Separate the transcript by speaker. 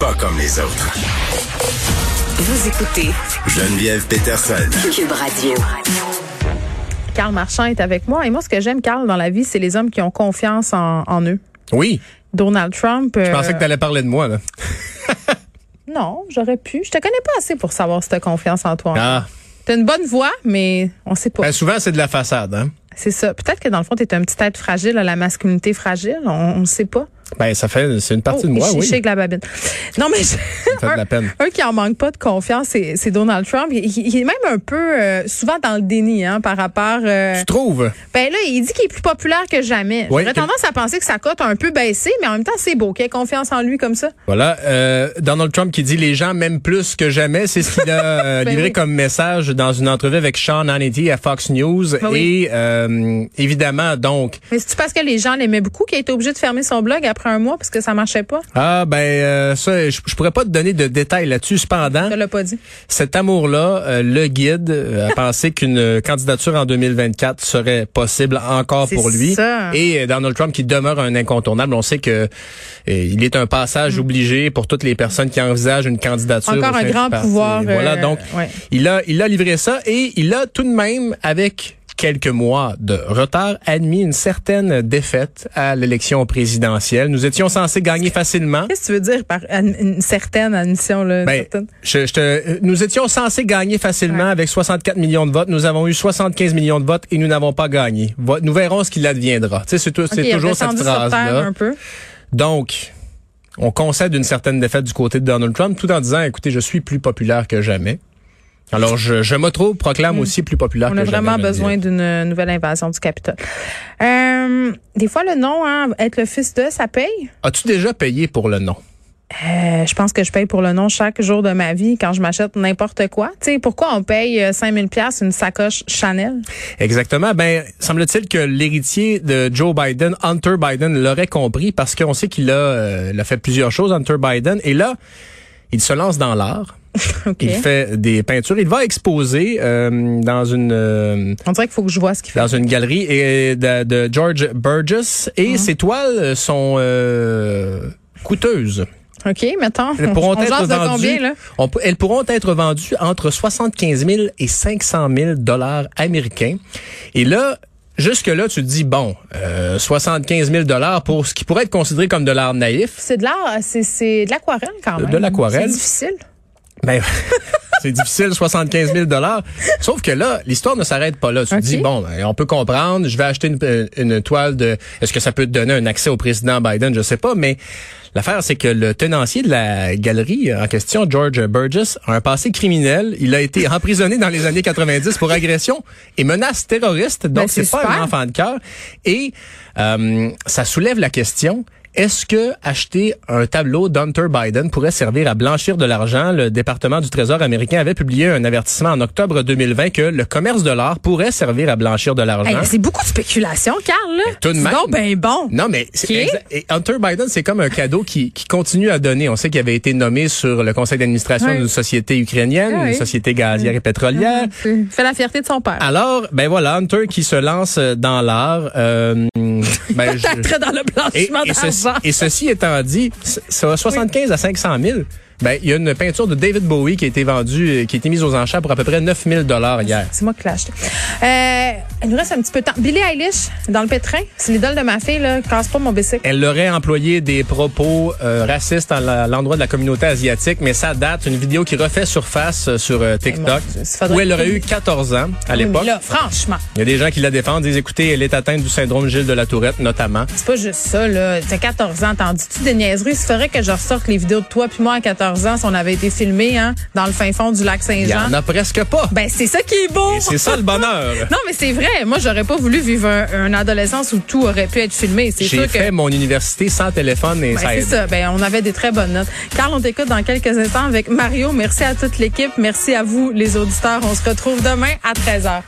Speaker 1: pas comme les autres.
Speaker 2: Vous écoutez
Speaker 1: Geneviève Peterson.
Speaker 2: Cube Radio.
Speaker 3: Carl Marchand est avec moi. Et moi, ce que j'aime, Carl, dans la vie, c'est les hommes qui ont confiance en, en eux.
Speaker 4: Oui,
Speaker 3: Donald Trump. euh,
Speaker 4: je pensais que t'allais parler de moi, là.
Speaker 3: Non, j'aurais pu. Je te connais pas assez pour savoir si t'as confiance en toi.
Speaker 4: Ah.
Speaker 3: T'as une bonne voix, mais on sait pas.
Speaker 4: Ben, souvent, c'est de la façade, hein.
Speaker 3: C'est ça. Peut-être que dans le fond, t'es un petit être fragile, à la masculinité fragile. On, on sait pas.
Speaker 4: Ben, ça fait, c'est une partie
Speaker 3: Oh,
Speaker 4: de moi,
Speaker 3: il
Speaker 4: oui.
Speaker 3: chiche avec la babine. Non, mais je-
Speaker 4: fait de la peine.
Speaker 3: Un, un qui en manque pas de confiance, c'est c'est Donald Trump. Il, il- il est même un peu euh, souvent dans le déni hein, par rapport. euh,
Speaker 4: Tu trouves?
Speaker 3: ben là, il dit qu'il est plus populaire que jamais.
Speaker 4: Oui,
Speaker 3: J'aurais
Speaker 4: que-
Speaker 3: tendance à penser que sa cote a un peu baissé, mais en même temps, c'est beau qu'il ait confiance en lui comme ça.
Speaker 4: Voilà, euh, Donald Trump qui dit les gens m'aiment plus que jamais, c'est ce qu'il a euh,
Speaker 3: Ben
Speaker 4: livré
Speaker 3: oui.
Speaker 4: comme message dans une entrevue avec Sean Hannity à Fox News
Speaker 3: Ben oui.
Speaker 4: et euh, évidemment donc
Speaker 3: Mais c'est-tu parce que les gens l'aimaient beaucoup qu'il a été obligé de fermer son blog après un mois parce que ça marchait pas?
Speaker 4: ah ben euh, ça je, je pourrais pas te donner de détails là-dessus cependant
Speaker 3: Je l'ai pas dit.
Speaker 4: cet amour-là euh, le guide euh, à penser qu'une euh, candidature en 2024 serait possible encore
Speaker 3: C'est
Speaker 4: pour lui.
Speaker 3: ça.
Speaker 4: Et euh, Donald Trump qui demeure un incontournable. On sait que euh, il est un passage obligé pour toutes les personnes qui envisagent une candidature.
Speaker 3: Mm. Encore
Speaker 4: au
Speaker 3: un
Speaker 4: sein du
Speaker 3: grand
Speaker 4: parti.
Speaker 3: pouvoir, euh,
Speaker 4: Voilà, donc
Speaker 3: ouais.
Speaker 4: il a il a livré ça et il a tout de même avec quelques mois de retard, admis une certaine défaite à l'élection présidentielle. Nous étions censés gagner facilement.
Speaker 3: Qu'est-ce que tu veux dire par une, une certaine admission, là? une
Speaker 4: Ben,
Speaker 3: certaine?
Speaker 4: je, je te- nous étions censés gagner facilement
Speaker 3: Ouais.
Speaker 4: avec 64 millions de votes. Nous avons eu 75 millions de votes et nous n'avons pas gagné. Vo- nous verrons ce qu'il adviendra. Tu sais, c'est, tout- c'est
Speaker 3: Ok, il a
Speaker 4: toujours cette
Speaker 3: descendu sur terre
Speaker 4: phrase-là.
Speaker 3: un peu.
Speaker 4: Donc, on concède une certaine défaite du côté de Donald Trump tout en disant, écoutez, je suis plus populaire que jamais. Alors, je, je me trouve, proclame aussi plus populaire
Speaker 3: Mm. On
Speaker 4: que
Speaker 3: a
Speaker 4: jamais.
Speaker 3: vraiment
Speaker 4: me dit-elle.
Speaker 3: besoin d'une nouvelle invasion du Capitole. Euh, des fois, le nom, hein, être le fils de, ça paye.
Speaker 4: As-tu déjà payé pour le nom?
Speaker 3: Euh, je pense que je paye pour le nom chaque jour de ma vie quand je m'achète n'importe quoi. Tu sais, pourquoi on paye euh, 5000 pièces une sacoche Chanel?
Speaker 4: Exactement. Ben, semble-t-il que l'héritier de Joe Biden, Hunter Biden, l'aurait compris parce qu'on sait qu'il a, euh, il a fait plusieurs choses, Hunter Biden. Et là, il se lance dans l'art.
Speaker 3: OK.
Speaker 4: Il fait des peintures. Il va exposer euh, dans une euh,
Speaker 3: On dirait qu'il faut que je vois ce qu'il fait.
Speaker 4: dans une galerie et de, de George Burgess. Et ses toiles sont euh, coûteuses.
Speaker 3: OK, mettons.
Speaker 4: Elles
Speaker 3: on,
Speaker 4: pourront
Speaker 3: on
Speaker 4: être
Speaker 3: jase de combien,
Speaker 4: vendues.
Speaker 3: là?
Speaker 4: on peut- elles pourront être vendues entre 75 000 et 500 000 dollars américains. Et là, jusque là, tu te dis bon, euh, 75 000 dollars pour ce qui pourrait être considéré comme de l'art naïf.
Speaker 3: C'est de l'art, c'est, c'est de l'aquarelle quand
Speaker 4: De
Speaker 3: même.
Speaker 4: l'aquarelle.
Speaker 3: C'est difficile.
Speaker 4: Ben, c'est difficile, 75 000 dollars. Sauf que là, l'histoire ne s'arrête pas là. Tu
Speaker 3: Ok.
Speaker 4: te dis bon, ben, on peut comprendre. Je vais acheter une, euh, une toile de. Est-ce que ça peut te donner un accès au président Biden Je sais pas, mais. L'affaire, c'est que le tenancier de la galerie en question, George Burgess, a un passé criminel. Il a été emprisonné dans les années 90 pour agression et menace terroriste. Donc,
Speaker 3: Ben, c'est
Speaker 4: c'est pas
Speaker 3: super.
Speaker 4: un enfant de cœur. Et euh, ça soulève la question. Est-ce que acheter un tableau d'Hunter Biden pourrait servir à blanchir de l'argent? Le département du Trésor américain avait publié un avertissement en octobre 2020 que le commerce de l'art pourrait servir à blanchir de l'argent.
Speaker 3: Hey, c'est beaucoup de spéculation, Carl, là.
Speaker 4: tout de
Speaker 3: Dis
Speaker 4: même.
Speaker 3: donc, ben bon.
Speaker 4: Non, mais c'est
Speaker 3: Qui est?
Speaker 4: exa- et Hunter Biden, c'est comme un cadeau qui, qui continue à donner. On sait qu'il avait été nommé sur le conseil d'administration
Speaker 3: Oui.
Speaker 4: d'une société ukrainienne,
Speaker 3: Ah oui. Ah
Speaker 4: une société gazière et pétrolière.
Speaker 3: C'est- Fait la fierté de son père.
Speaker 4: Alors, ben voilà, Hunter qui se lance dans l'art. euh, ben, je-
Speaker 3: T'entrais dans le
Speaker 4: et,
Speaker 3: blanchiment
Speaker 4: et ceci,
Speaker 3: d'argent.
Speaker 4: et ceci étant dit, c- ça va 75 à 500 000. Ben, il y a une peinture de David Bowie qui a été vendue, euh, qui a été mise aux enchères pour à peu près 9 000 hier.
Speaker 3: C'est moi qui l'ai acheté. Euh, il nous reste un petit peu de temps. Billie Eilish, dans le pétrin, c'est l'idole de ma fille, là. Casse pas mon bicycle.
Speaker 4: Elle aurait employé des propos euh, racistes à la- l'endroit de la communauté asiatique, mais ça date, une vidéo qui refait surface euh, sur euh, TikTok,
Speaker 3: mon Dieu, ça Ah, faudrait-
Speaker 4: où elle aurait eu 14 ans à
Speaker 3: Oui, mais
Speaker 4: l'époque.
Speaker 3: là, franchement,
Speaker 4: Il y a des gens qui la défendent, disent, écoutez, elle est atteinte du syndrome Gilles de la Tourette, notamment.
Speaker 3: c'est pas juste ça, là. T'as 14 ans, t'en dis-tu des niaiseries? Il faudrait que je ressorte les vidéos de toi puis moi à 14 ans si on avait été filmés, hein, dans le fin fond du lac
Speaker 4: Il y
Speaker 3: Saint-Jean.
Speaker 4: en a presque pas.
Speaker 3: Ben, c'est ça qui est beau!
Speaker 4: Et c'est ça le bonheur.
Speaker 3: Non, mais c'est vrai. Moi, j'aurais pas voulu vivre un- une adolescence où tout aurait pu être filmé. C'est
Speaker 4: J'ai
Speaker 3: sûr que.
Speaker 4: fait mon université sans téléphone et
Speaker 3: Ben,
Speaker 4: ça
Speaker 3: c'est
Speaker 4: aide.
Speaker 3: ça. Ben, on avait des très bonnes notes. Carl, on t'écoute dans quelques instants avec Mario. Merci à toute l'équipe. Merci à vous, les auditeurs. On se retrouve demain à 13h.